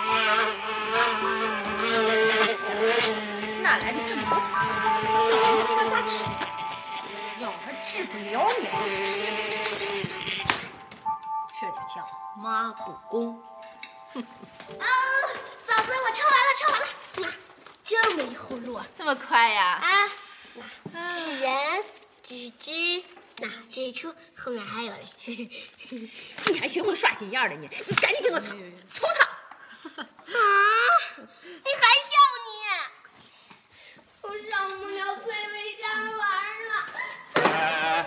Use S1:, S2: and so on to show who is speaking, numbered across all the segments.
S1: 草，啊小人不可撒齿，小儿治不了鸟。这就叫妈不公。
S2: 啊，嫂子，我抄完了，抄完了，拿，真没后路啊！
S3: 这么快呀？
S2: 啊，是人，只知哪只出，后面还有嘞。
S1: 哎你还学会耍心眼儿了你？你赶紧跟我吵，抽草！
S2: 啊，你还笑你？我上不了翠微山玩了。
S4: 哎哎哎，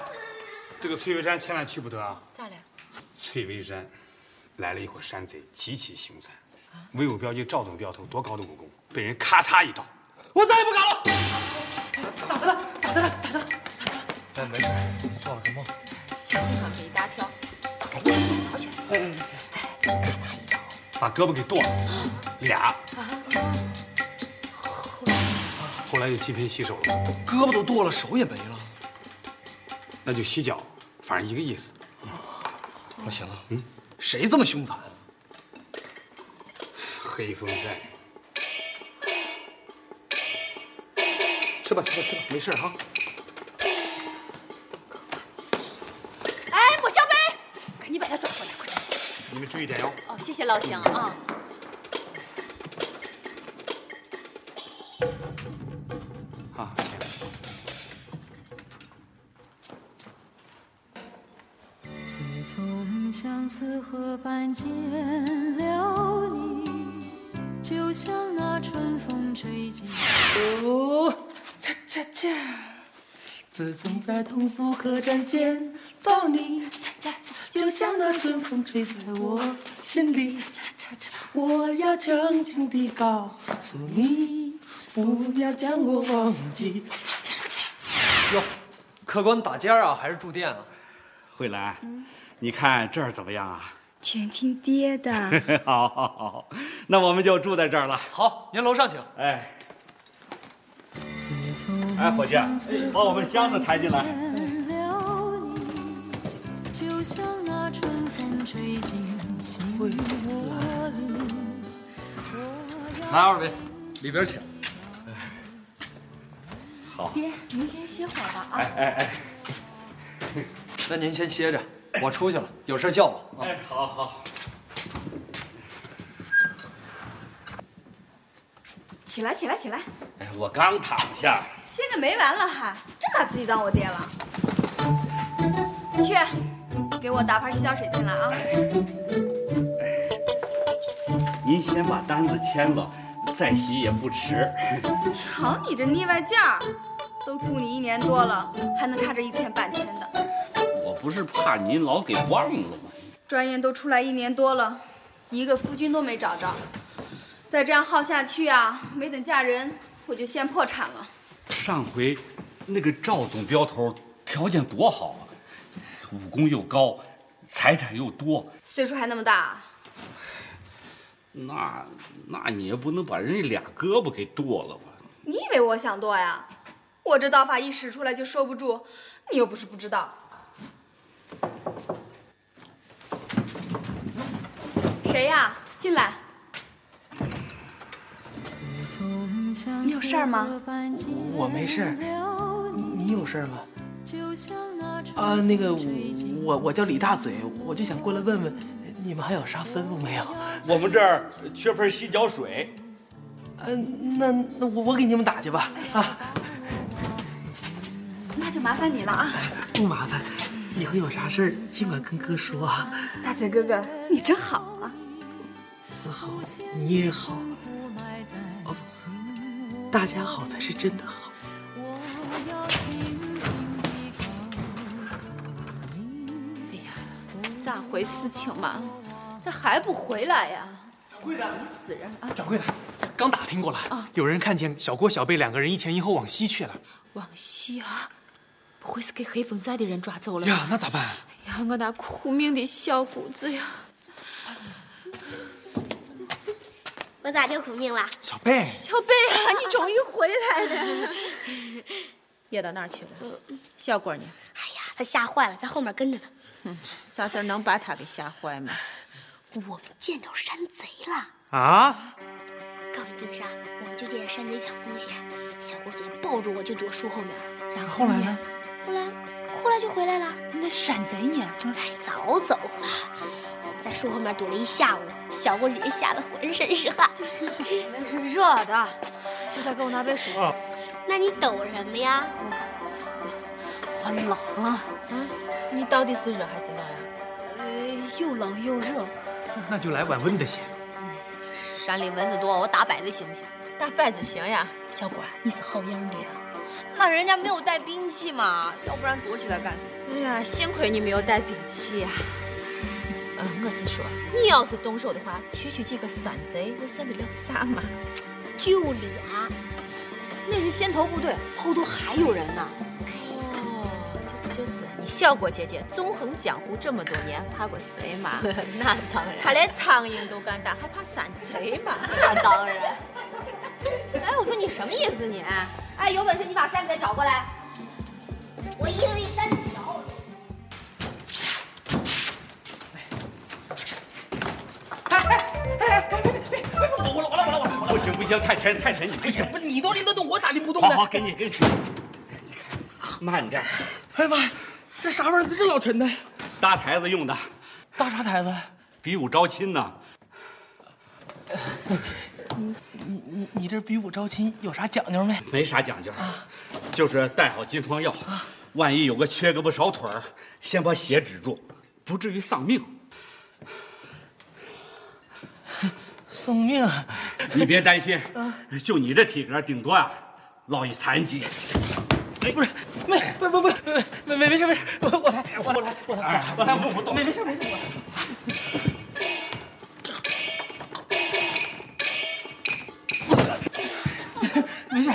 S4: 这个翠微山千万去不得啊！
S1: 咋了？
S4: 翠微山来了一伙山贼，极其凶残。文武镖局赵总镖头多高的武功，被人咔嚓一刀，我再也不敢了。
S5: 哎，没事，做了个梦。
S3: 吓我一大跳！
S4: 把胳膊给剁了，俩。后来就金盆洗手了，
S5: 胳膊都剁了，手也没了。
S4: 那就洗脚，反正一个意思。
S5: 那行了，嗯，谁这么凶残啊？
S4: 黑风寨，吃吧吃吧吃吧，没事儿哈。
S3: 哎，抹香杯！
S1: 赶紧把他抓回来，快点！
S4: 你们注意点哟。
S3: 哦，谢谢老乡啊。
S4: 啊，
S6: 自从相思河畔见了你，就像那春风吹进。
S1: 哎
S7: 哦，恰恰恰！自从在同福客栈见到你，恰恰恰，就像那春风吹在我心里，恰恰恰！我要强情地告诉你，不要将我忘记，恰恰恰！
S5: 哟，客官打尖儿啊，还是住店啊？
S8: 慧兰，你看这儿怎么样啊？
S9: 全听爹的。
S8: 好，好，好，那我们就住在这儿了。
S5: 好，您楼上请。
S8: 哎，哎，伙计，把我们箱子抬进来。
S6: 见了你，就像那春风吹进心窝里。
S5: 来二位，里边请。
S9: 爹，您先歇会儿吧啊。
S8: 哎哎，
S5: 那您先歇着，我出去了，有事叫我。
S8: 哎，好好。
S9: 起来，起来，起来，
S8: 哎，我刚躺下。
S9: 歇个没完了还，真把自己当我爹了。去，给我打盘洗脚水进来啊！
S8: 您先把单子签了，再洗也不迟。
S9: 瞧你这腻歪劲儿，都雇你一年多了，还能差这一天半天的。
S8: 我不是怕您老给忘了吗？
S9: 转眼都出来一年多了，一个夫君都没找着。再这样耗下去啊，没等嫁人，我就先破产了。
S8: 上回那个赵总镖头条件多好啊，武功又高，财产又多，
S9: 岁数还那么大啊、
S8: 那那你也不能把人家俩胳膊给剁了吧？
S9: 你以为我想剁呀？我这刀法一使出来就收不住，你又不是不知道。谁呀？进来。
S6: 你
S9: 有事儿吗？
S7: 我没事儿你有事儿吗？啊，
S6: 啊，
S7: 那个我我叫李大嘴，我就想过来问问，你们还有啥吩咐没有？啊
S8: 我们这儿缺盆洗脚水，
S7: 嗯，那那我我给你们打去吧。啊，
S9: 那就麻烦你了啊，
S7: 不麻烦，以后有啥事儿尽管跟哥说啊。
S9: 大嘴哥哥，你真好啊！
S7: 哥好，你也好，哦大家好才是真的好。
S3: 哎呀，咋回事情嘛？咋还不回来呀？急死人啊！
S7: 掌柜的，刚打听过了，有人看见小郭、小贝两个人一前一后往西去了。
S3: 往西啊，不会是给黑风寨的人抓走了吧？
S7: 呀，那咋办、啊？
S3: 哎呀，我那苦命的小姑子呀！
S2: 我咋就苦命了？
S7: 小贝，
S3: 小贝啊，你终于回来 了。跌到哪儿去了？小郭呢？
S2: 哎呀，他吓坏了，在后面跟着呢。
S3: 啥事儿能把他给吓坏吗？
S2: 我们见着山贼了，
S7: 啊，
S2: 告诉警察，我们就借山贼抢东西，小郭姐抱住我就躲树后面了。然后
S7: 后来呢？
S2: 后来，后来就回来了。
S10: 那山贼呢？
S2: 哎，早走了。我们在树后面躲了一下午，小郭姐吓得浑身是汗。
S10: 热的，秀才给我拿杯水。
S2: 那你抖什么呀？
S10: 我冷啊！
S11: 你到底是热还是冷呀、
S10: 呃，又冷又热。
S7: 那就来碗温的先。
S11: 山里蚊子多，我打摆子行不行？打摆子行呀。小果，你是好样的呀。
S2: 那人家没有带兵器嘛，要不然躲起来干什么？
S10: 哎呀，幸亏你没有带兵器呀、
S11: 嗯，我是说，你要是动手的话，区区几个山贼又算得了啥嘛？
S2: 就俩，
S10: 那是先头部队，
S2: 后头还有人呢。
S11: 哦，就是就是，你小郭姐姐纵横江湖这么多年，怕过谁嘛？
S10: 那当然。
S11: 她连苍蝇都敢打，还怕山贼嘛？
S2: 那当然。 哎，我说你什么意思你？哎，有本事你把山贼找过来。我一对三条。
S8: 我了我了我了我了！不行不行，太沉太沉，你不行。
S7: 不是你都拎得动，我咋拎不动
S8: 好
S7: 呢？
S8: 好，给你给你，慢点，
S7: 哎呀妈，呀，这啥味儿？这老沉的，
S8: 搭台子用的，
S7: 搭啥台子？
S8: 比武招亲呢。
S7: 你你你这比武招亲有啥讲究没？
S8: 没啥讲究，就是带好金疮药，万一有个缺胳膊少腿儿，先把血止住，不至于丧命。
S7: 送命啊！
S8: 你别担心，就你这体格，顶多呀、落一残疾。
S7: 哎不是，没不不不，没没没事没事，我我来我来我来
S12: 哎
S7: 我来，不不动，没没事没事。 没事，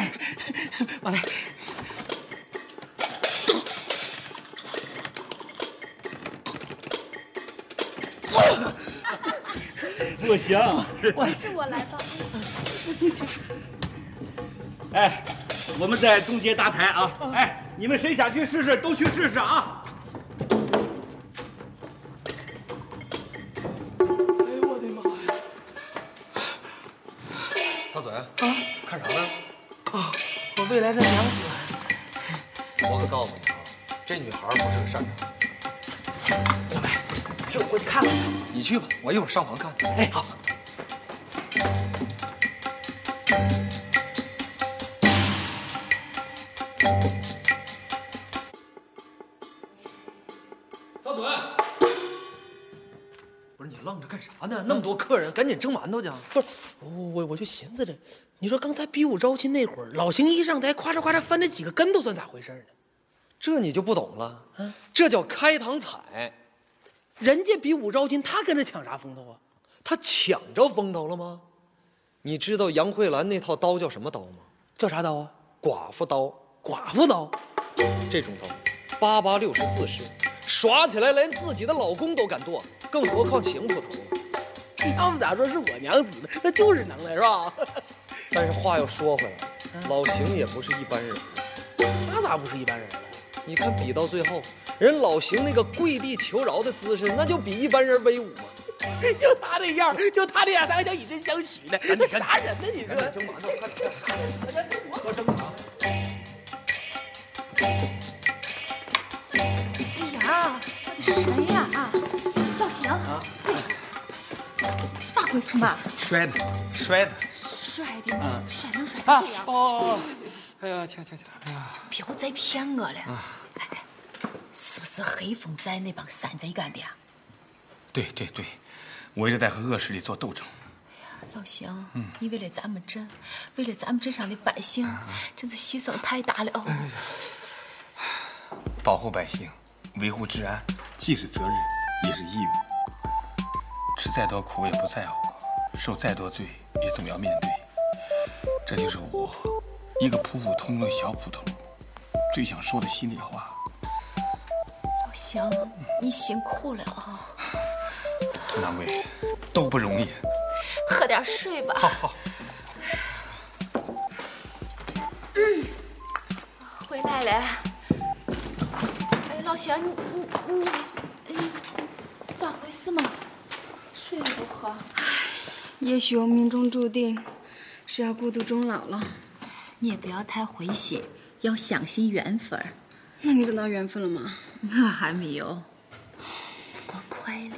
S7: 我来。哎
S8: 不行，
S9: 是我来吧。
S8: 哎，我们在东街搭台啊！哎，你们谁想去试试，都去试试啊！
S7: 哎呦我的妈呀！
S5: 大嘴，
S7: 啊
S5: 看啥呢？
S7: 啊！我未来的娘子。
S5: 我可告诉你啊，这女孩不是个善茬。
S7: 老白，陪我过去看看。
S5: 你去吧，我一会儿上房看。
S7: 哎，好。
S8: 大嘴，
S5: 不是你愣着干啥呢？那么多客人，赶紧蒸馒头去啊。
S7: 不是，我我我就寻思着，你说刚才比武招亲那会儿，老邢一上台，夸嚓夸嚓翻这几个跟头，算咋回事呢？
S5: 这你就不懂了，这叫开膛彩。
S7: 人家比武招亲，他跟着抢啥风头啊？
S5: 他抢着风头了吗？你知道杨慧兰那套刀叫什么刀吗？
S7: 叫啥刀啊？
S5: 寡妇刀，
S7: 寡妇刀。
S5: 这种刀，八八六十四式，耍起来连自己的老公都敢剁，更何况邢捕头了。
S7: 要不咋说是我娘子呢？那就是能耐是吧？
S5: 但是话又说回来，
S7: 嗯
S5: 老邢也不是一般人。
S7: 那咋不是一般人了？
S5: 你看比到最后，人老邢那个跪地求饶的姿势，那就比一般人威武嘛。
S7: 就他这样，就他这样，咱还想以身相许呢？那啥人呢？你说？
S5: 蒸馒头，快点！
S10: 哎呀，谁呀？啊，老邢，咋回事嘛？
S7: 摔的，摔的。
S10: 摔的嘛，摔能摔成这样？
S7: 哦，哎呀，请请请！哎呀，
S11: 别再骗我了！哎是不是黑风寨那帮山贼干的呀？
S12: 对对对，我一直在和恶势力做斗争。
S11: 老邢，你为了咱们镇，为了咱们镇上的百姓，真是牺牲太大了哦！
S12: 保护百姓，维护治安，既是责任，也是义务。吃再多苦也不在乎，受再多罪也总要面对。这就是我，一个普普通通的小捕头，最想说的心里话。
S11: 老邢，你辛苦了啊、
S12: 佟掌柜，都不容易。
S11: 喝点水吧。
S12: 好好，
S11: 嗯回来了。哎，老邢，你你你，哎，咋回事嘛？水也不喝。
S9: 也许我命中注定是要孤独终老了。
S11: 你也不要太回心，要相信缘分儿。
S9: 那你等到缘分了吗？
S11: 那还没有。
S9: 我快点。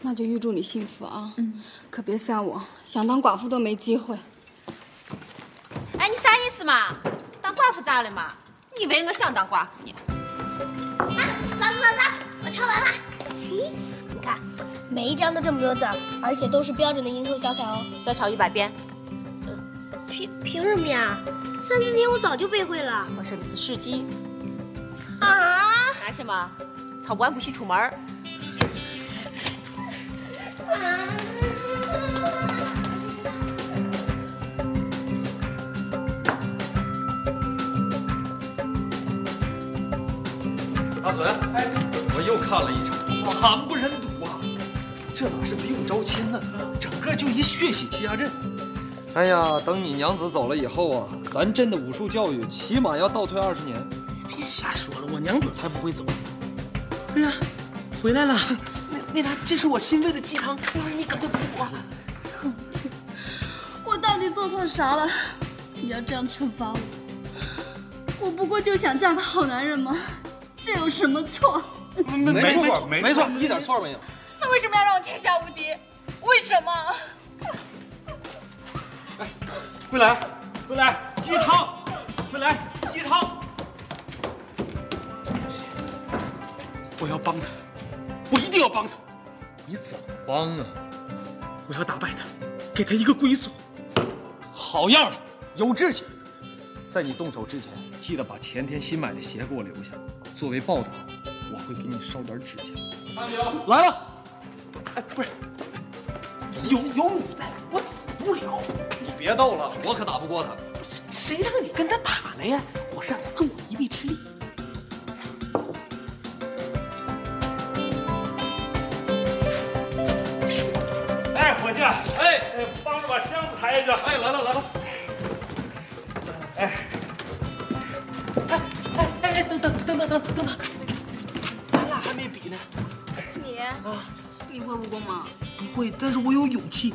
S9: 那就预祝你幸福啊！嗯，可别像我，想当寡妇都没机会。
S11: 哎，你啥意思嘛？当寡妇咋了嘛？你以为我想当寡妇呢？
S2: 啊，走走走，我抄完了。
S13: 咦，你看，每一张都这么多字儿，而且都是标准的蝇头小楷哦。
S11: 再抄一百遍。
S13: 凭凭什么
S2: 啊
S13: 呀？《三字经》我早就背会了。
S11: 我说的是《史记》。
S13: 啊！
S11: 拿什么？抄完不许出门儿。
S5: 大嘴，哎，我又看了一场，惨不忍睹啊！这哪是比武招亲呢，整个就一血洗欺压阵。哎呀，等你娘子走了以后啊，咱镇的武术教育起码要倒退二十年。
S7: 别瞎说了，我娘子才不会走。哎呀，回来了，那那啥，这是我新喂的鸡汤，要然你赶快补补啊。
S9: 我到底做错啥了？你要这样惩罚我？我不过就想嫁个好男人吗？这有什么错？
S5: 没错，没错，一点错没有。
S9: 那为什么要让我天下无敌？为什么？
S8: 桂兰，桂兰，鸡汤，桂兰，鸡汤。
S7: 我要帮他，我一定要帮他。
S5: 你怎么帮啊？
S7: 我要打败他，给他一个归宿。
S5: 好样的，有志气！在你动手之前，记得把前天新买的鞋给我留下，作为报答，我会给你烧点指甲。
S8: 阿明
S5: 来了。
S7: 哎，不是，有有你在，我死不了。
S5: 你别逗了，我可打不过他。
S7: 谁让你跟他打了呀？我是让他助我一臂之力。
S8: 哎，伙计，哎，帮着把箱子抬一下。哎，来了来了。
S7: 哎哎哎，等等等等等等等，咱俩还没比呢。
S9: 你啊，你会武功吗？
S7: 不会，但是我有勇气，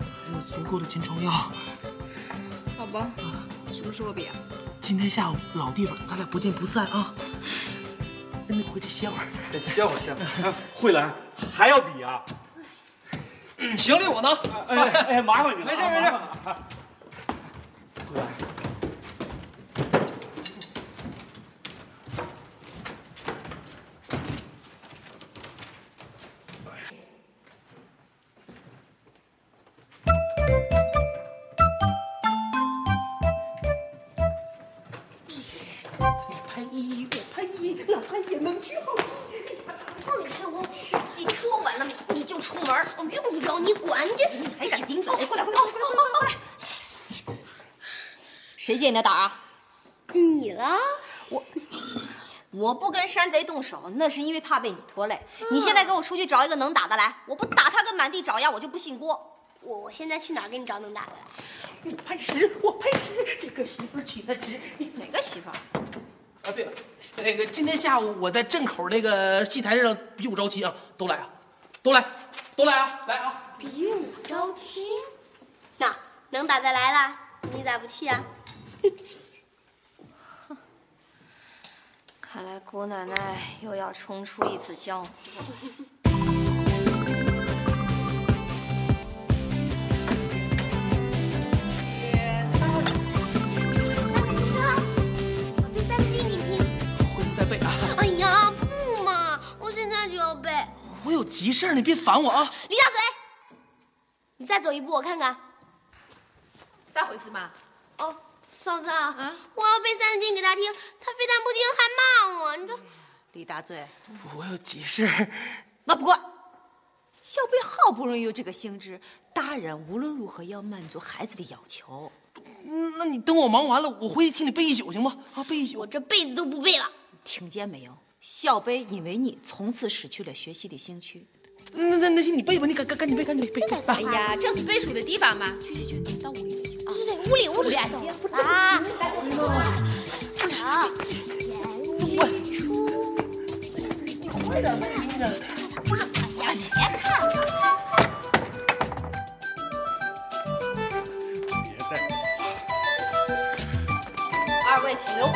S7: 还有足够的金疮药。
S9: 好吧，什么时候比啊？
S7: 今天下午老地方，咱俩不见不散啊。那你回去歇会儿。
S5: 歇会儿，歇会儿。
S8: 啊慧兰还要比啊？
S5: 嗯行李我拿。
S8: 哎哎哎，麻烦你了。
S5: 没事没事。
S7: 你拍一，我拍一，老潘也能去好戏。
S2: 放开我！史记说完了，你就出门儿。我用不着你管，你这你还想顶嘴？过来，过来，过来，过来，过来！
S11: 谁借你的胆儿啊？
S2: 你了？
S11: 我不跟山贼动手，那是因为怕被你拖累。你现在给我出去找一个能打的来，我不打他个满地找牙，我就不姓郭。
S2: 我我现在去哪儿给你找能打的来？
S7: 你拍十，我拍十，这个媳妇儿娶她值。
S11: 哪个媳妇儿？
S7: 啊，对了，那个今天下午我在镇口那个戏台上比武招亲啊，都来啊，都来，都来啊，来啊！
S11: 哎
S2: 比武招亲？那能打的来了，你咋不去啊？
S11: 看来哎姑奶奶又要冲出一次江湖。
S2: 我背三字经
S11: 啊
S2: 给你听。
S7: 回去再背啊。
S2: 哎呀，不嘛，我现在就要背。
S7: 我有急事儿，你别烦我啊。
S2: 李大嘴，你再走一步，我看看。
S11: 咋回事嘛？
S2: 哦，嫂子啊，我要背三字经给他听，他非但不听，还骂我。你说，
S11: 李大嘴，
S7: 我有急事儿。
S11: 我不管。小贝好不容易有这个兴致，大人无论如何要满足孩子的要求。
S7: 嗯那你等我忙完了，我回去替你背一宿行吗？啊，背一宿。
S2: 我这辈子都不背了。
S11: 听见没有？小贝因为你从此失去了学习的兴趣。
S7: 那那那行，你背吧，你赶赶赶紧背，赶紧背背。啊
S11: 呀，这是背书的地方嘛！去去去，到屋里去啊！
S2: 对对对，屋里屋里。啊，不是。
S7: 我
S2: 位请留步。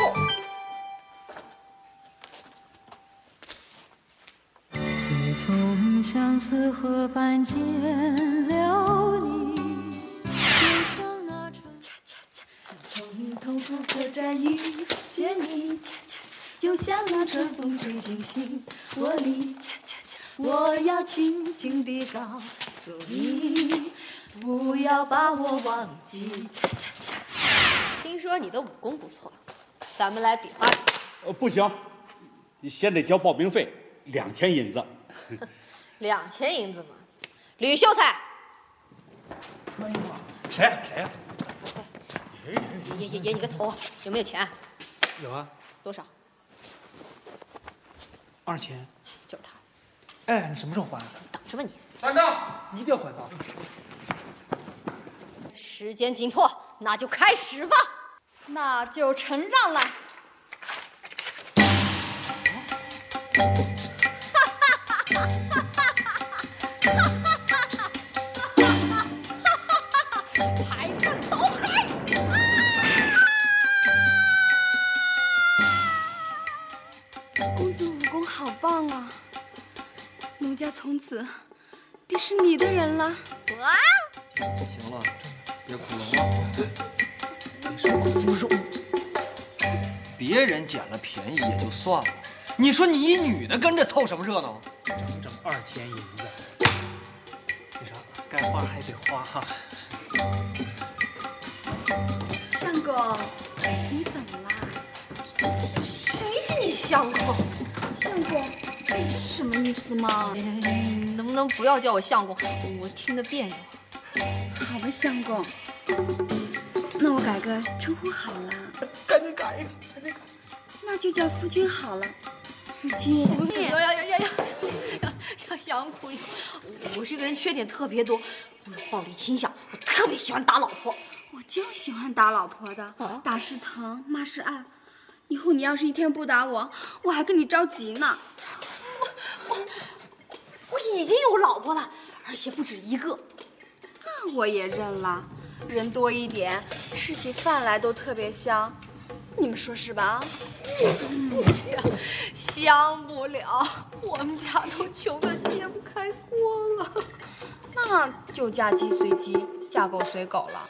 S6: 自从相思河畔见了你，就像那春。
S7: 从头不可沾遇见你，恰恰恰就像那春风吹进心窝里，恰恰恰我要轻轻地告诉你，不要把我忘记，恰恰恰。
S2: 听说你的武功不错，咱们来比划。
S14: 呃，不行，你先得交报名费两千银子。
S2: 两千银子嘛，吕秀才，
S14: 谁
S8: 啊
S14: 谁呀？
S2: 爷爷爷你个头啊！有没有钱啊？
S5: 有啊，
S2: 多少？
S5: 二千。
S2: 就是他，
S5: 哎，你什么时候
S7: 啊
S5: 还？
S2: 等着吧你。
S5: 站着！你一定要还到。
S2: 时间紧迫，那就开始吧。
S9: 那就承让了。
S2: 排山倒海。
S9: 公子武功好棒啊！奴家从此便是你的人了。
S2: 啊！
S5: 行了，别哭了啊！别人捡了便宜也就算了，你说你一女的跟着凑什么热闹？啊
S7: 整整二千银子，
S5: 你说该花还得花哈。
S9: 相公，你怎么啦？
S2: 谁是你相公？
S9: 相公，你哎这是什么意思嘛？
S2: 你哎能不能不要叫我相公？我听得别扭。
S9: 好吧，相公，那我改个称呼好了，
S7: 赶紧改一个，赶紧改。
S9: 那就叫夫君好了。夫君，
S2: 呀呀呀呀呀！要想苦一我这个人缺点特别多，有暴力倾向，我特别喜欢打老婆。
S9: 我就喜欢打老婆的，
S2: 哦
S9: 打是疼，骂是爱。以后你要是一天不打我，我还跟你着急呢。
S2: 我已经有老婆了，而且不止一个。
S9: 那我也认了，人多一点，吃起饭来都特别香。你们说是吧？
S2: 香不了，我们家都穷得揭不开锅了。
S9: 那就嫁鸡随鸡，嫁狗随狗了。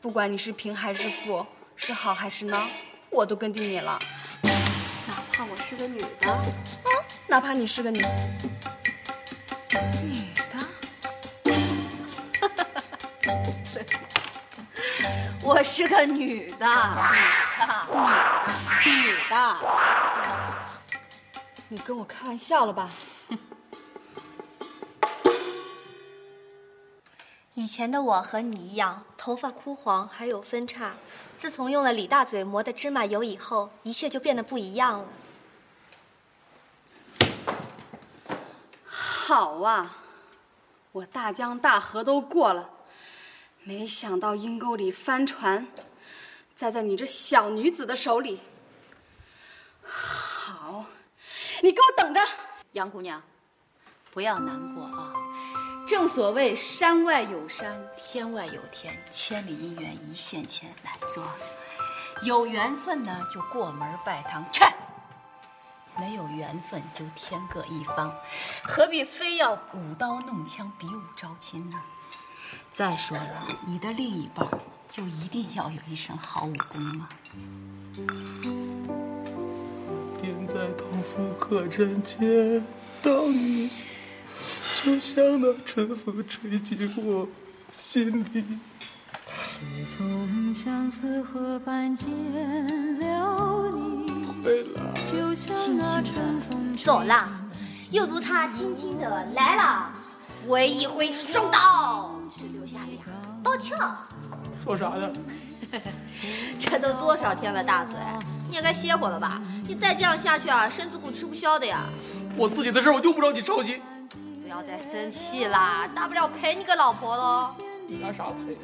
S9: 不管你是贫还是富，是好还是孬，我都跟定你了。哪怕我是个女的，嗯，哪怕你是个女女的，
S2: 我是个女的，女的，女的，女的。
S9: 你跟我开玩笑了吧？
S2: 以前的我和你一样，头发枯黄，还有分叉。自从用了李大嘴磨的芝麻油以后，一切就变得不一样了。
S9: 好啊，我大江大河都过了，没想到阴沟里翻船，栽在你这小女子的手里。好，你给我等着！
S11: 杨姑娘，不要难过啊！正所谓山外有山，天外有天，千里姻缘一线牵，来坐。有缘分呢，就过门拜堂去；没有缘分，就天各一方，何必非要舞刀弄枪、比武招亲呢？再说了，你的另一半儿就一定要有一身好武功吗？
S7: 便在同福客栈见到你，就像那春风吹进我心里。
S6: 自从相思河畔见了你，就像那春风吹
S2: 走了，又如他轻轻的来了，挥一挥双刀，只留下俩刀鞘。
S7: 说啥呢？
S2: 这都多少天了，大嘴，你也该歇会儿了吧？你再这样下去啊，身子骨吃不消的呀！
S5: 我自己的事儿我用不着你操心。
S2: 不要再生气啦，大不了赔你个老婆喽。
S7: 你拿啥赔？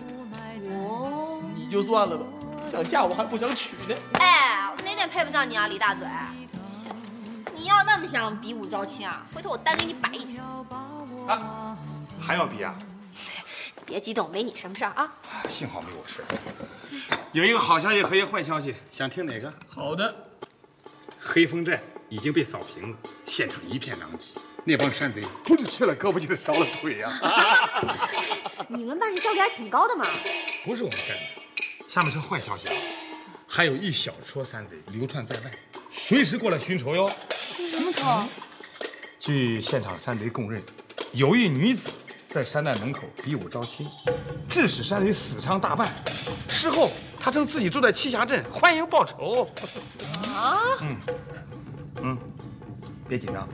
S2: 哦，
S7: 你就算了吧，想嫁我还不想娶呢。
S2: 哎，我哪点配不上你啊，李大嘴？切你要那么想比武招亲啊，回头我单给你摆一局。
S4: 还要比啊？
S2: 别激动，没你什么事儿啊。
S8: 幸好没我事。有一个好消息和一个坏消息，想听哪个？好的，黑风寨已经被扫平了，现场一片狼藉，那帮山贼裤子缺了胳膊就得着了腿啊 呀、
S2: 你们办事效率还挺高的嘛。
S8: 不是我们干的。下面是坏消息啊，还有一小撮山贼流窜在外，随时过来寻仇哟。嗯
S9: 什么仇？啊
S8: 据现场山贼供认，有一女子在山寨门口比武招亲，致使山贼死伤大半。事后，她称自己住在栖霞镇，欢迎报仇。
S9: 啊？
S8: 嗯嗯，别紧张，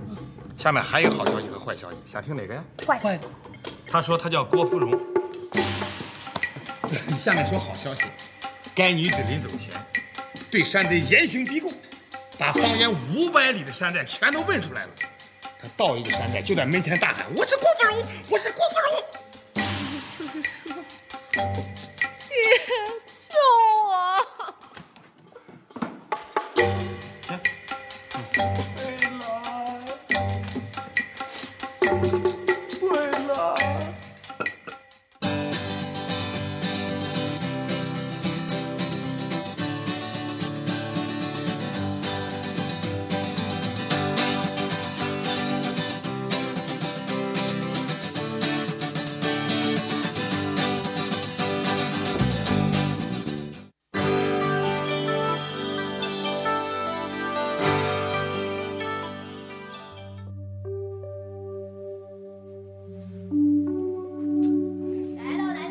S8: 下面还有好消息和坏消息，想听哪个呀？
S9: 坏坏
S8: 他说他叫郭芙蓉。 你下面说好消息，该女子临走前，对山贼严刑逼供，把方圆五百里的山寨全都问出来了。他到一个山寨，就在门前大喊：“我是郭芙蓉，我是郭芙蓉。
S9: 就是说，爹，救我！
S15: 回来。
S16: 面来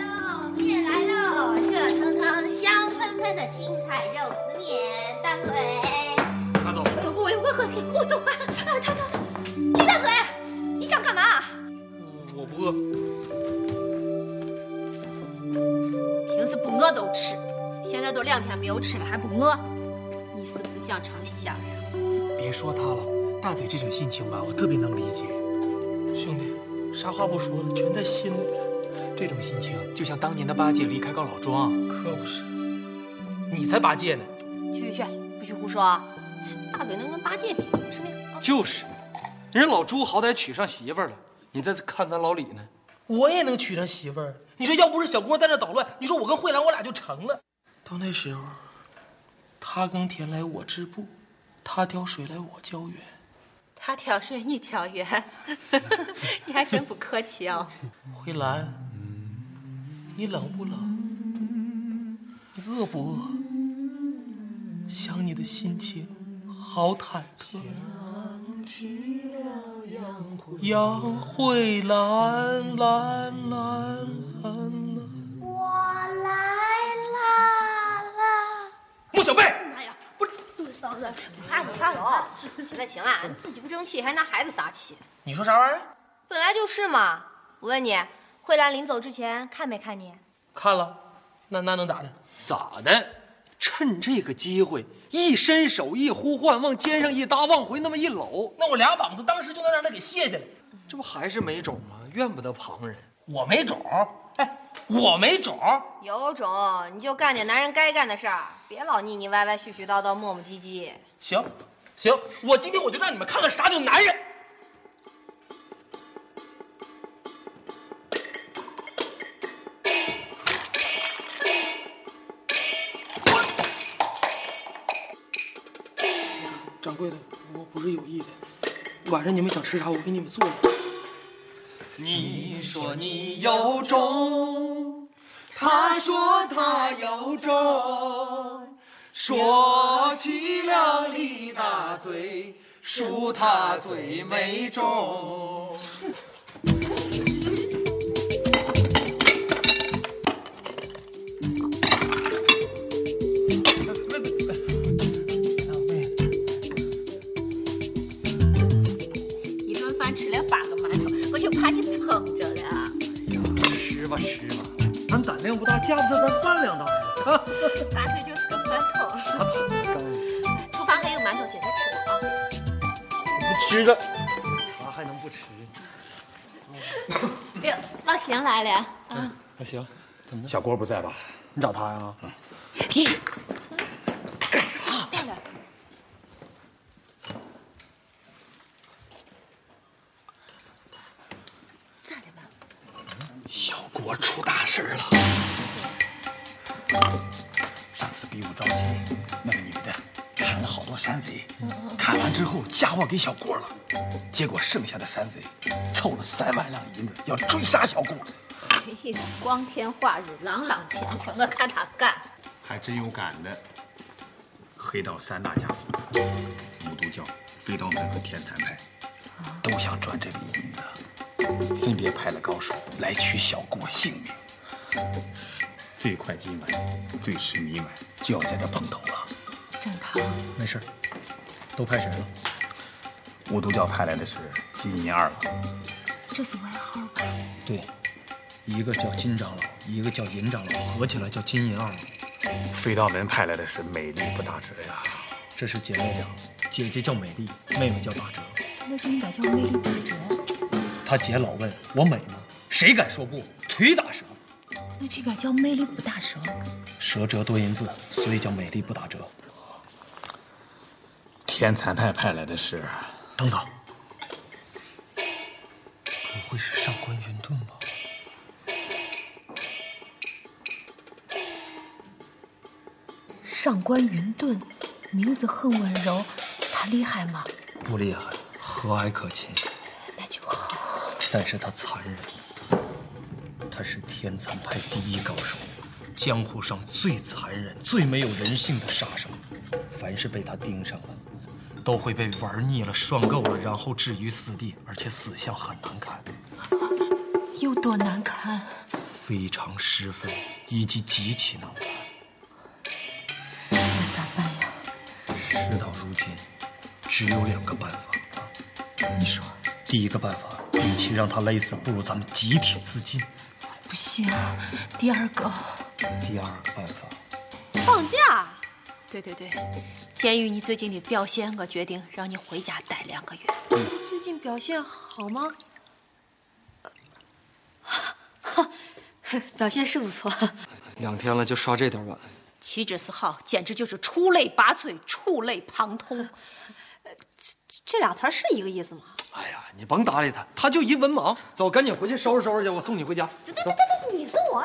S16: 喽，热腾腾、香喷喷的青菜肉丝面，大嘴。
S5: 拿走。
S2: 我我我我懂了，他他李大嘴，你想干嘛？
S5: 我不饿。
S2: 平时不饿都吃，现在都两天没有吃了还不饿，你是不是想成仙儿啊？
S7: 别说他了，大嘴这种心情吧，我特别能理解。兄弟，啥话不说了，全在心里了。这种心情就像当年的八戒离开高老庄，
S5: 啊
S7: 可不是。你才八戒呢，
S2: 去去去，不许胡说！啊！大嘴能跟八戒比吗？什么呀？
S5: 就是，人家老朱好歹娶上媳妇儿了，你再看咱老李呢？
S7: 我也能娶上媳妇儿。你说要不是小郭在这捣乱，你说我跟慧兰我俩就成了。到那时候，他耕田来我织布，他挑水来我浇 园。
S17: 他挑水，你挑圆，你还真不客气哦。
S7: 慧兰，你冷不冷？你饿不饿？想你的心情好忐忑。杨慧兰，兰兰兰兰，
S16: 我来啦啦！
S7: 穆小贝，
S2: 嫂子，不怕你发聋？行了行了，你自己不争气，还拿孩子撒气，
S7: 你说啥玩意儿？
S2: 本来就是嘛。我问你，慧兰临走之前看没看你？
S7: 看了，那那能咋的？
S5: 咋的？趁这个机会，一伸手一呼唤，往肩上一搭，往回那么一搂，
S7: 那我俩膀子当时就能让他给卸下来。
S5: 这不还是没种吗？怨不得旁人。
S7: 我没种，哎，我没种。
S2: 有种你就干点男人该干的事儿，别老腻腻歪歪、絮絮叨叨、磨磨唧唧。
S7: 行，行，我今天我就让你们看看啥叫男人。掌柜的，我不是有意的。晚上你们想吃啥，我给你们做。
S5: 你说你
S15: 有种，他说他有种，说起了李大嘴，数他嘴没中。
S17: 一顿饭吃了八个 馒头，我就怕你撑着了。
S5: 吃吧吃吧，
S15: 咱胆量不大，架不住咱饭量大呀。
S17: 大嘴就是个馒 头，厨房还有馒头，接着吃吧啊。
S5: 不吃了，
S15: 啥还能不吃？
S2: 啊
S17: 哎呦，老邢来了啊！
S5: 那行，怎么的？
S8: 小郭不在吧？
S5: 你找他呀？
S17: 站着。
S5: 小郭，
S7: 我出大事了。
S18: 上次比武招亲，那个女的砍了好多山贼，砍完之后嫁祸给小郭了，结果剩下的山贼凑了三万两银子要追杀小郭。
S9: 哎呦，光天化日，朗朗乾坤，我看他干。
S8: 还真有敢的。黑道三大家族，五毒教、飞刀门和天蚕派，都想赚这笔银子，分别派了高手来取小郭性命。最快今晚，最迟明晚就要在这碰头了。
S9: 展堂，
S18: 没事，都派谁了？五毒教派来的是金银二郎，
S9: 这是外号吧？
S18: 对，一个叫金长老，一个叫银长老，合起来叫金银二郎。
S8: 飞刀门派来的是美丽不打折呀，
S18: 这是姐妹俩，姐姐叫美丽，妹妹叫打折。
S9: 那就应该叫魅力打折，
S18: 他姐老问我美吗？谁敢说不？腿打折，
S9: 那就应该叫魅力不打折。
S18: 折折多音字，所以叫美丽不打折。
S8: 天蚕派派来的是
S18: 等等，
S7: 不会是上官云顿吧？
S9: 上官云顿，名字很温柔，他厉害吗？
S7: 不厉害，和蔼可亲，
S9: 那就好。
S7: 但是他残忍。他是天蚕派第一高手，江湖上最残忍、最没有人性的杀手。凡是被他盯上了，都会被玩腻了、涮够了，然后置于死地，而且死相很难看，
S9: 有多难
S11: 啊
S9: 看？
S7: 非常失分，以及极其难看。
S9: 那咋办呀？
S7: 事到如今，只有两个办法。你说，第一个办法，与其让他勒死，不如咱们集体自尽。
S9: 不行，第二个
S7: 第二个办法，
S2: 放假。对对对，鉴于你最近的表现，我决定让你回家待两个月。
S6: 最近表现好吗？
S2: 表现是不错，
S5: 两天了就刷这点碗，
S9: 岂止是好，简直就是出类拔萃、触类旁通。
S2: 这俩词儿是一个意思吗？
S5: 哎你甭搭理他，他就一文盲。走，赶紧回去收拾收拾去，我送你回家。
S2: 对对对对，你送我，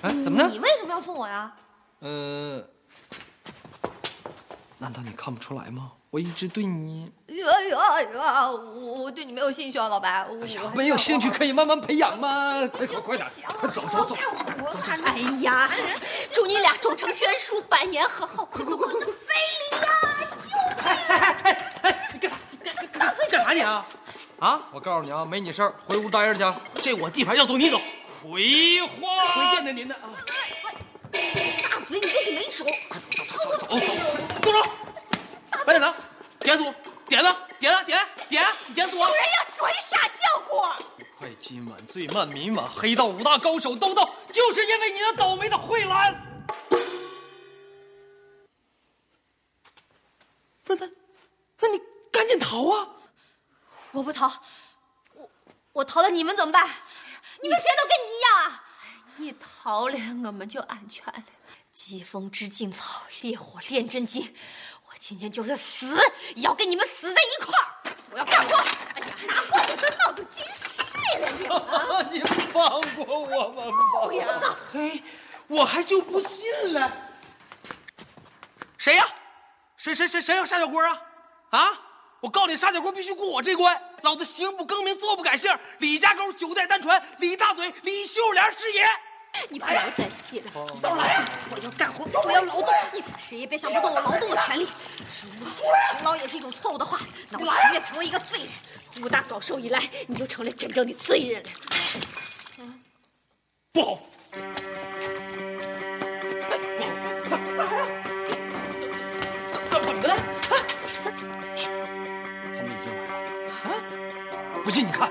S5: 哎，怎么的
S2: 你？为什么要送我呀？
S5: 呃，难道你看不出来吗？我一直对你
S2: 哎呦哎呦哎呦，我我对你没有兴趣啊，老白。我我
S5: 没有兴趣，可以慢慢培养吗？快快快点，快走走走。
S2: 哎呀，祝你俩终成眷属，百年和好，快走快走！
S5: 干啥你啊？啊！我告诉你啊，没你事儿，回屋待着去。啊这我地盘要走你走。回话。回见的您呢啊。
S2: 大嘴你就是没手。
S5: 走走，住手！白展堂，点锁，点了，点了，点点点锁。
S9: 有人要追杀小郭，
S5: 快今晚罪慢民晚，黑道五大高手都到，就是因为你那倒霉的慧兰。
S19: 不是那，那你赶紧逃啊！
S2: 我不逃，我我逃了你们怎么办？你们谁都跟你一样啊！
S9: 你逃了，我们就安全了。
S2: 疾风知劲草，烈火炼真金。我今天就是死，也要跟你们死在一块儿！我要干活！哎呀，拿过我的脑子进水了你啊！
S5: 你放过我哎们
S2: 不要！
S19: 嘿，我还就不信了。
S5: 谁呀、谁谁谁谁要杀小郭啊？啊！我告诉你，杀小郭必须过我这关。老子行不更名，坐不改姓，李家沟九代单传，李大嘴，李秀莲是也。
S2: 你不要再戏了，
S5: 都来呀！
S2: 我要干活，我要劳动，谁也别想不动我劳动的权利。如果勤劳也是一种错误的话，那我情愿成为一个罪人。五大高手以来，你就成了真正的罪人了。
S5: 不好！哎怎怎么的了？去，他们已经来了。啊！不信你看。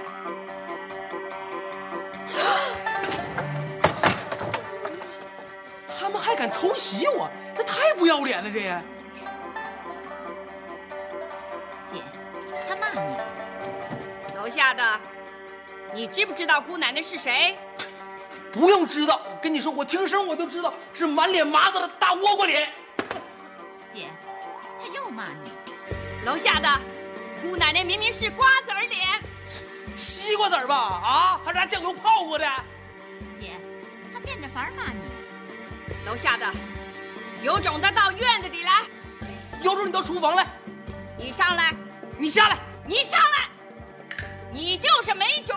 S19: 他们还敢偷袭我，这太不要脸了！这也，
S11: 姐，他骂你。楼下的，你知不知道孤男的是谁？
S5: 不用知道，跟你说，我听声我都知道，是满脸麻子的大倭瓜脸。
S11: 姐，他又骂你。楼下的，姑奶奶明明是瓜子儿脸。
S5: 西瓜籽儿吧？啊，还是拿酱油泡过的？
S11: 姐，变着法儿骂你。楼下的，有种的到院子里来！
S6: 有种你到厨房来！
S11: 你上来！
S6: 你下来！
S11: 你上来！你就是没种！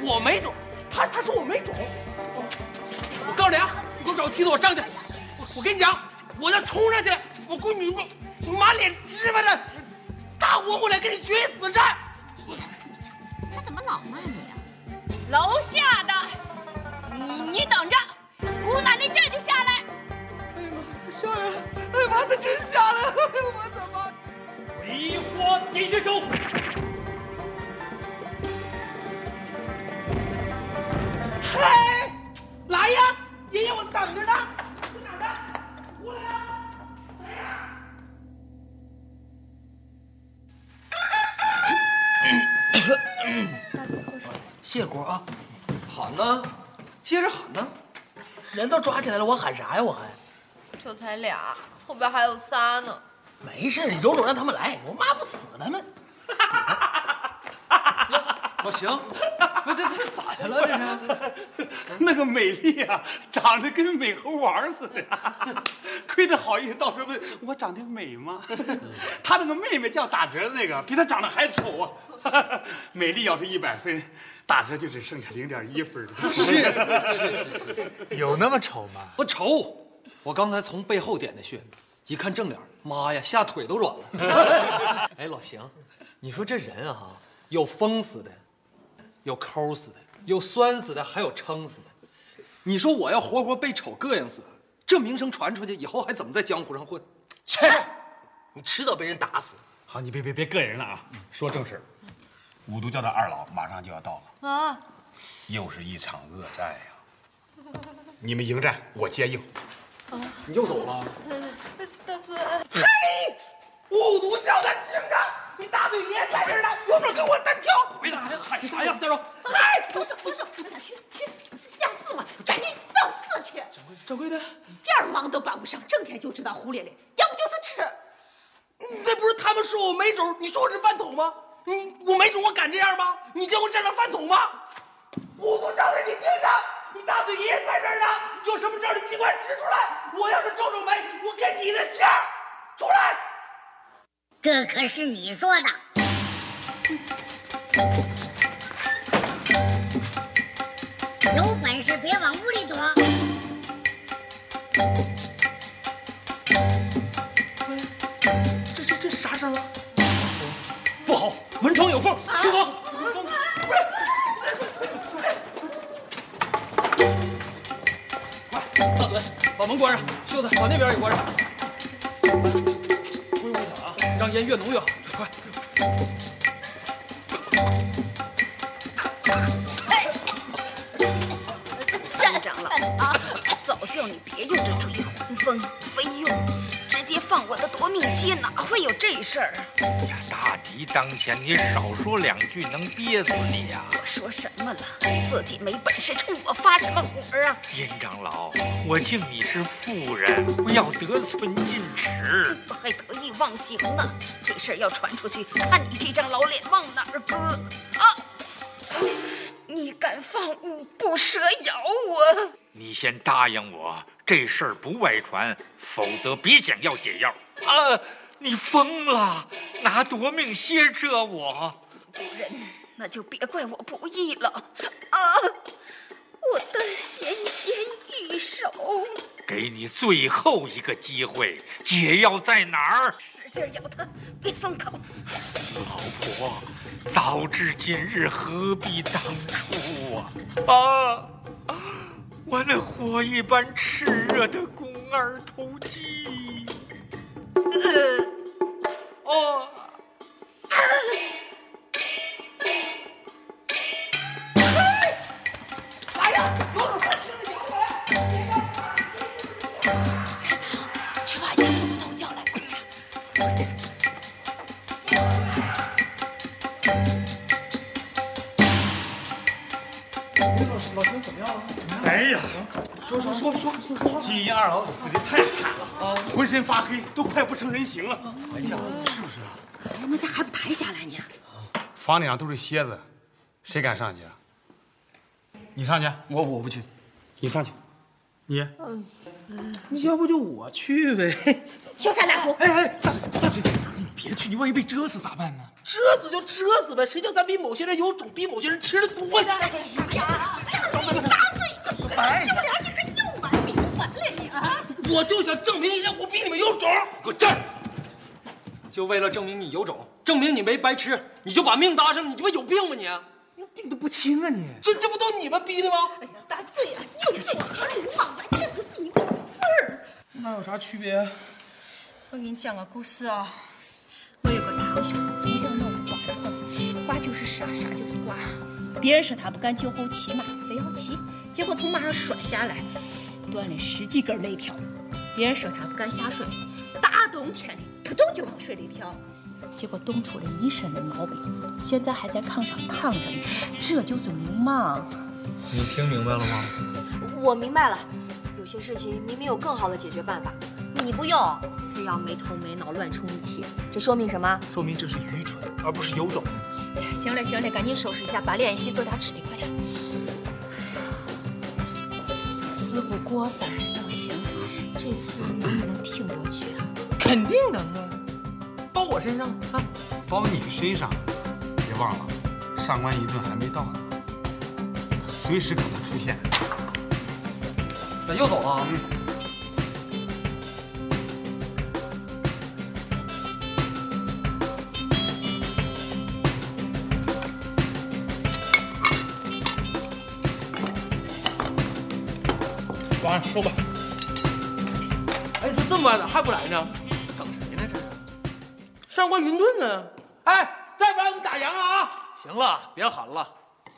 S6: 我我没种，他他说我没种。我告诉你啊，你给我找个梯子，我上去。我我跟你讲，我要冲上去，我闺女给我你妈脸支巴着，大窝过来跟你决一死战。
S11: 他怎么老骂你啊？楼下的，你你等着，姑奶奶这就下来。
S6: 哎呀妈，他下来了！哎呀妈，他真下来了！哎呀我的妈！
S8: 梨花点穴手。
S6: 嘿，来呀，爷爷我等着呢。在哪儿呢？过来呀！
S7: 谢果啊，
S6: 喊呢，接着喊呢。人都抓起来了，我喊啥呀？我还
S9: 这才俩，后边还有仨呢。
S6: 没事，有种让他们来，我骂不死他们。
S7: 我行，那这这咋的了？这是。
S8: 那个美丽啊，长得跟美猴王似的，亏得好意思到处问我长得美 吗？她那个妹妹叫打折的那个，比她长得还丑啊。 美丽要是一百分，打折就只剩下零点一分了。
S7: 是
S6: 啊
S7: 是是是，有那么丑吗？不丑，我刚才从背后点的穴，一看正脸，妈呀，吓腿都 软了。哎，老邢，你说这人啊，有封死的，有抠死的，有酸死的，还有撑死的。你说我要活活被丑膈应死，这名声传出去以后，还怎么在江湖上混？切，你迟早被人打死。
S8: 好，你别别别个人了啊，说正事儿。
S20: 五毒教的二老马上就要到了，
S2: 啊，
S20: 又是一场恶战呀！你们迎战，我接应。
S7: 你又走了？
S9: 大嘴，
S6: 嘿，五毒教的竟然，你大嘴爷在这儿呢，有种啊跟我单挑！回来还喊啥呀？再说，嗨，
S2: 不是不是，你们俩去去，不是吓死我，赶紧造寺去。
S6: 掌柜的，
S2: 一点忙都帮不上，整天就知道胡咧咧，要不就是吃。
S6: 那不是他们说我没种，你说我是饭桶吗？你我没种，我敢这样吗？你见过这样的饭桶吗？五毒教的，你听着，你大嘴爷在这儿呢，有什么招你尽管使出来，我要是皱皱眉，我跟你的姓儿出来。
S21: 这可是你说的。有本事别往屋里躲。
S6: 这这这啥声啊？
S7: 不好，门窗有缝，
S6: 啊
S7: 厨房。大嘴，把门关上，秀才把那边也关上。归我点啊，让烟越浓越好。快，
S22: 站长了啊！早就你别用这追魂风，非用，直接放我的夺命蝎，哪会有这事儿？
S18: 大敌当前，你少说两句能憋死你呀、
S22: 我说什么了？自己没本事，冲我发什么火啊？
S18: 金长老，我敬你是妇人，不要得寸进尺。
S22: 我还得意忘形呢，这事儿要传出去，看你这张老脸往哪儿搁啊！你敢放五步蛇咬我？
S18: 你先答应我，这事儿不外传，否则别想要解药。啊，你疯了，拿夺命蝎蛰我！
S22: 主人，那就别怪我不义了啊！我的纤纤玉手，
S18: 给你最后一个机会，解药在哪儿？
S22: 使劲咬它，别松口。
S18: 老婆，早知今日何必当初啊！啊，我那火一般炽热的肱二头肌，呃哦，
S6: 来呀，有种快听着咬我来！
S23: 去把幸福头叫来，快点！
S7: 老兄怎么样了？
S8: 哎呀，
S7: 说说说说说说。
S8: 金银二老死的太惨
S5: 啊
S8: 了，浑身发黑，都快不成人形了。哎呀，是不是？
S23: 哎，那家还不抬下来你？
S8: 房顶上都是蝎子，谁敢上去啊？
S24: 你上去，
S5: 我我不去，
S24: 你上去，你
S1: 嗯，
S5: 要不就我去呗。
S1: 就咱俩
S5: 哎哎，大嘴，大嘴，你别去，你万一被蛰死咋办呢？蛰死就蛰死呗，谁叫咱比某些人有种，比某些人吃的多呀？
S25: 呀，你打嘴，你这小脸，你还又完没完了你啊！
S5: 我就想证明一下，我比你们有种。给我站！就为了证明你有种，证明你没白吃，你就把命搭上，你他妈有病吧你？你病都不轻啊你！这这不都你们逼的吗？哎呀，
S25: 大嘴啊，又这又流氓，完全不是一个字儿。
S5: 那有啥区别？
S25: 我给你讲个故事啊、我有个堂兄，从小脑子瓜得很，瓜就是傻，傻就是瓜。别人说他不干酒后骑马，非要骑，结果从马上摔下来，断了十几根肋条。别人说他不干下水，大冬天的扑通就往水里跳，结果冻出了一身的毛病，现在还在炕上躺着呢。这就是流氓。
S26: 你听明白了吗？
S2: 我明白了，有些事情明明有更好的解决办法，你不用，非要没头没脑乱充一气，这说明什么？
S26: 说明这是愚蠢，而不是有种。
S25: 哎呀，行了行了，赶紧收拾一下，把脸洗，做点吃的，快点。事不过三要行，这次能不能挺过去啊？
S26: 肯定能啊，包我身上啊！
S24: 包你身上，别忘了，上官一顿还没到呢，他随时可能出现。
S5: 咋又走了？
S24: 完了，收吧。
S5: 哎，你说这么晚咋还不来呢？整谁呢这是？上官云顿呢？哎，再不来我打烊了啊！行了，别喊了，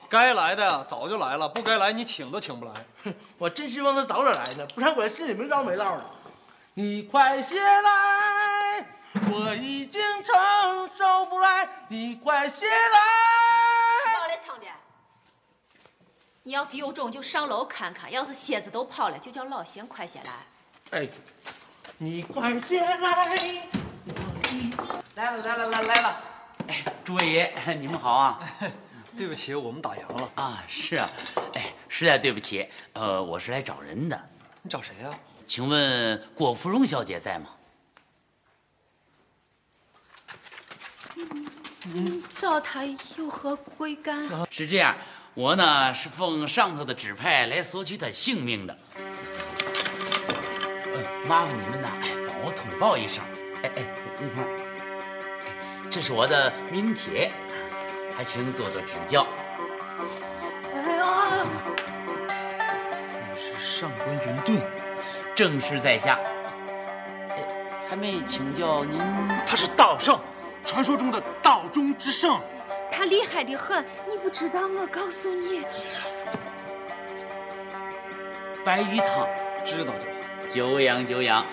S5: 该来的早就来了，不该来你请都请不来。 我真希望他早点来呢，不然我心里没着没落的。你快些来，我已经承受不来，你快些来。
S11: 跑来抢的。你要是有种就上楼看看，要是蝎子都跑了，就叫老邢快些来。
S5: 哎，你快些来！来了来了来了来了！
S8: 哎
S5: 哎
S8: 诸位爷， 你们好啊！
S5: 对不起，我们打烊了
S8: 啊！是啊，哎，实在对不起，呃，我是来找人的。
S5: 你找谁啊呀、
S8: 请问郭芙蓉小姐在吗？
S11: 你找他有何贵干？
S27: 啊
S8: 是这样，我呢是奉上头的指派来索取她性命的。呃，麻烦你们呐，哎，帮我通报一声。哎哎，你看，哎这是我的名帖，还请多多指教。
S11: 哎呀，
S8: 上官云顿，正是在下。哎，还没请教您，
S24: 他是道圣，传说中的道中之圣。
S11: 他厉害的很，你不知道。
S6: 啊
S11: 我告诉你，
S8: 白鱼汤，
S5: 知道就好。
S8: 久仰久仰。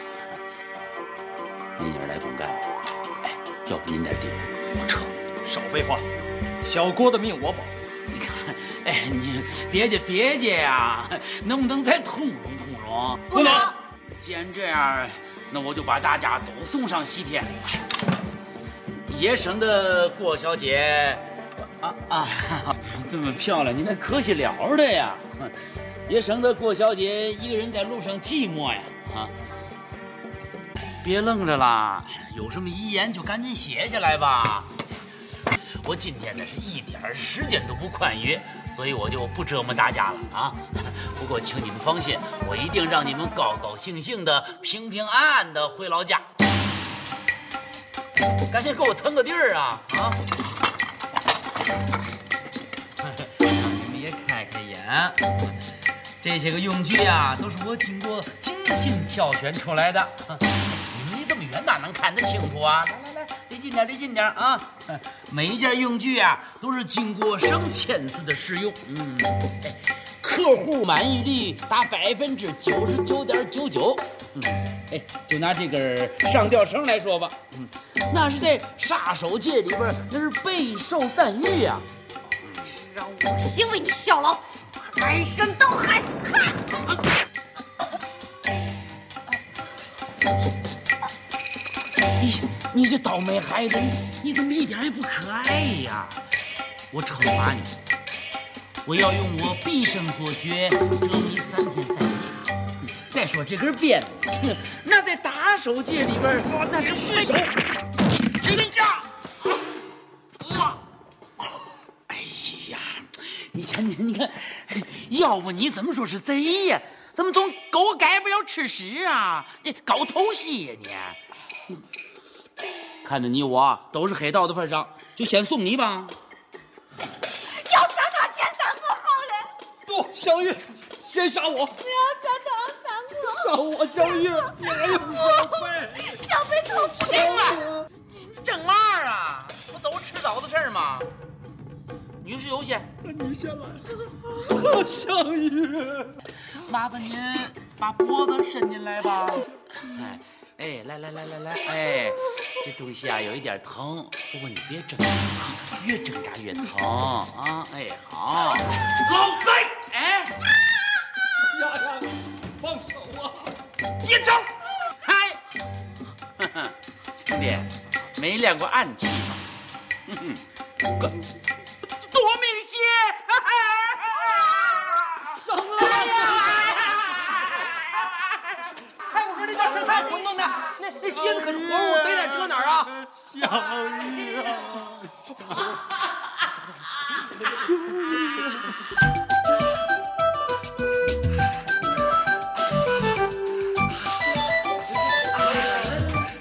S8: 您哎也是来公干的，哎，要不您点地，我撤。
S5: 少废话，小郭的命我保。
S8: 你看， 哎，你别介别介呀、能不能再通融通融？不能。既然这样，那我就把大家都送上西天。爷省的郭小姐，啊啊， 这么漂亮，你看可惜了的呀。也省得郭小姐一个人在路上寂寞呀。啊，别愣着啦，有什么遗言就赶紧写下来吧。我今天呢是一点儿时间都不宽裕，所以我就不折磨大家了啊。 不过请你们放心，我一定让你们高高兴兴的、平平安安的回老家。赶紧给我腾个地儿啊啊！ 你们也开开眼，这些个用具啊，都是我经过精心挑选出来的。 你们离这么远哪能看得清楚啊？来来来，离近点，离近点啊！ 每一件用具啊，都是经过上千次的使用，嗯，哎客户满意率达百分之九十九点九九。嗯，哎，就拿这根上吊绳来说吧，嗯，那是在杀手界里边儿那是备受赞誉啊。
S2: 让我行为你效劳，满身都汗。
S8: 你你这倒霉孩子，你你怎么一点也不可爱呀？我惩罚你，我要用我毕生所学折磨你三天三夜。再说这根鞭子，哼那在打手界里边儿，那是血手。哎呀，妈！哎呀，你看你你看，要不你怎么说是贼呀？怎么总狗改不了吃屎啊？你搞偷袭呀你！看在你我都是黑道的份上，就先送你吧。
S6: 要杀他，先杀我好了。
S8: 不，小玉，先杀我！
S6: 不要杀他，杀
S28: 杀
S6: 我。
S28: 我小玉，你还有小慧，
S6: 小飞头不
S8: 行了，你你整嘛啊？不都迟早的事儿吗？女士优先，
S28: 你先来，小玉。
S8: 麻烦您把脖子伸进来吧。哎哎，来来来来来，哎，这东西啊有一点疼，不过你别挣扎，越挣扎越疼啊！哎，好，老贼，哎，
S28: 丫丫，放手啊！
S8: 接招，嗨，哼哼，兄弟，没练过暗器吧？哼哼，滚，夺命蝎，
S28: 上来
S5: 哎，我说那叫剩菜馄饨呢，那那蝎子可是活物，逮哪遮哪儿啊！
S28: 小玉啊，小玉，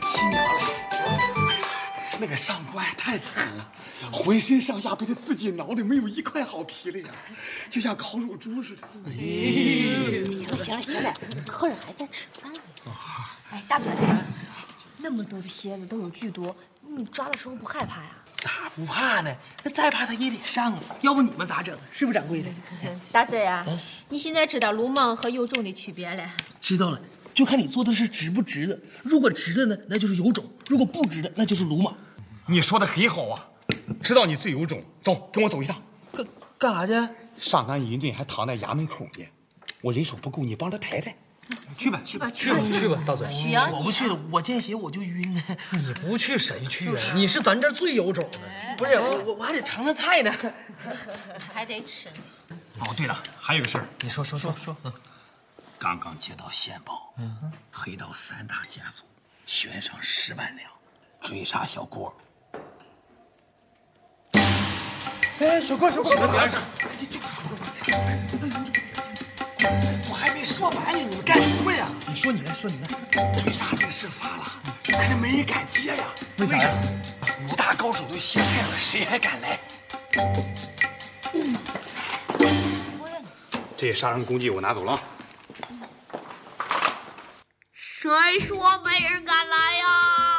S5: 七娘了，那个上官太惨了，浑身上下被他自己挠的没有一块好皮了呀，就像烤乳猪似的。
S6: 行了行了行了，客人还在吃饭呢。哎，大嘴，那么多的蝎子都有剧毒，你抓的时候不害怕呀？
S7: 咋不怕呢？那再怕他也得上啊，要不你们咋整？是不是掌柜的？
S27: 大嘴啊
S6: 哎
S7: 嗯，
S27: 你现在知道鲁莽和有种的区别了。
S7: 知道了，就看你做的事值不值得。如果值得呢，那就是有种；如果不值得，那就是鲁莽。
S29: 你说的很好啊，知道你最有种，走，跟我走一趟。
S7: 干干啥去？
S29: 上官银盾还躺在衙门口呢，我人手不够，你帮他抬抬。
S5: 去吧，
S29: 去
S5: 吧，
S29: 去吧去吧大嘴需要你啊
S7: 我不去了，我见血我就晕呢。啊
S5: 你不去谁去啊？你是咱这儿最有种的。
S7: 不是，我我我还得尝尝菜呢。
S27: 还得吃呢。
S18: 哦，对了，还有个事儿，
S5: 你说说说说。
S18: 刚刚接到线报，黑道三大家族悬赏十万两，追杀小郭。
S5: 哎，小郭，小郭，
S18: 小郭
S5: 事？我还没说完呢，你们干什么呀？
S7: 你说你来，说你来。
S5: 追杀这个事发了，可是没人敢接呀。
S18: 为啥呀？
S5: 五大高手都歇菜了，谁还敢来？
S29: 这杀人工具我拿走了啊。
S2: 谁说没人敢来呀？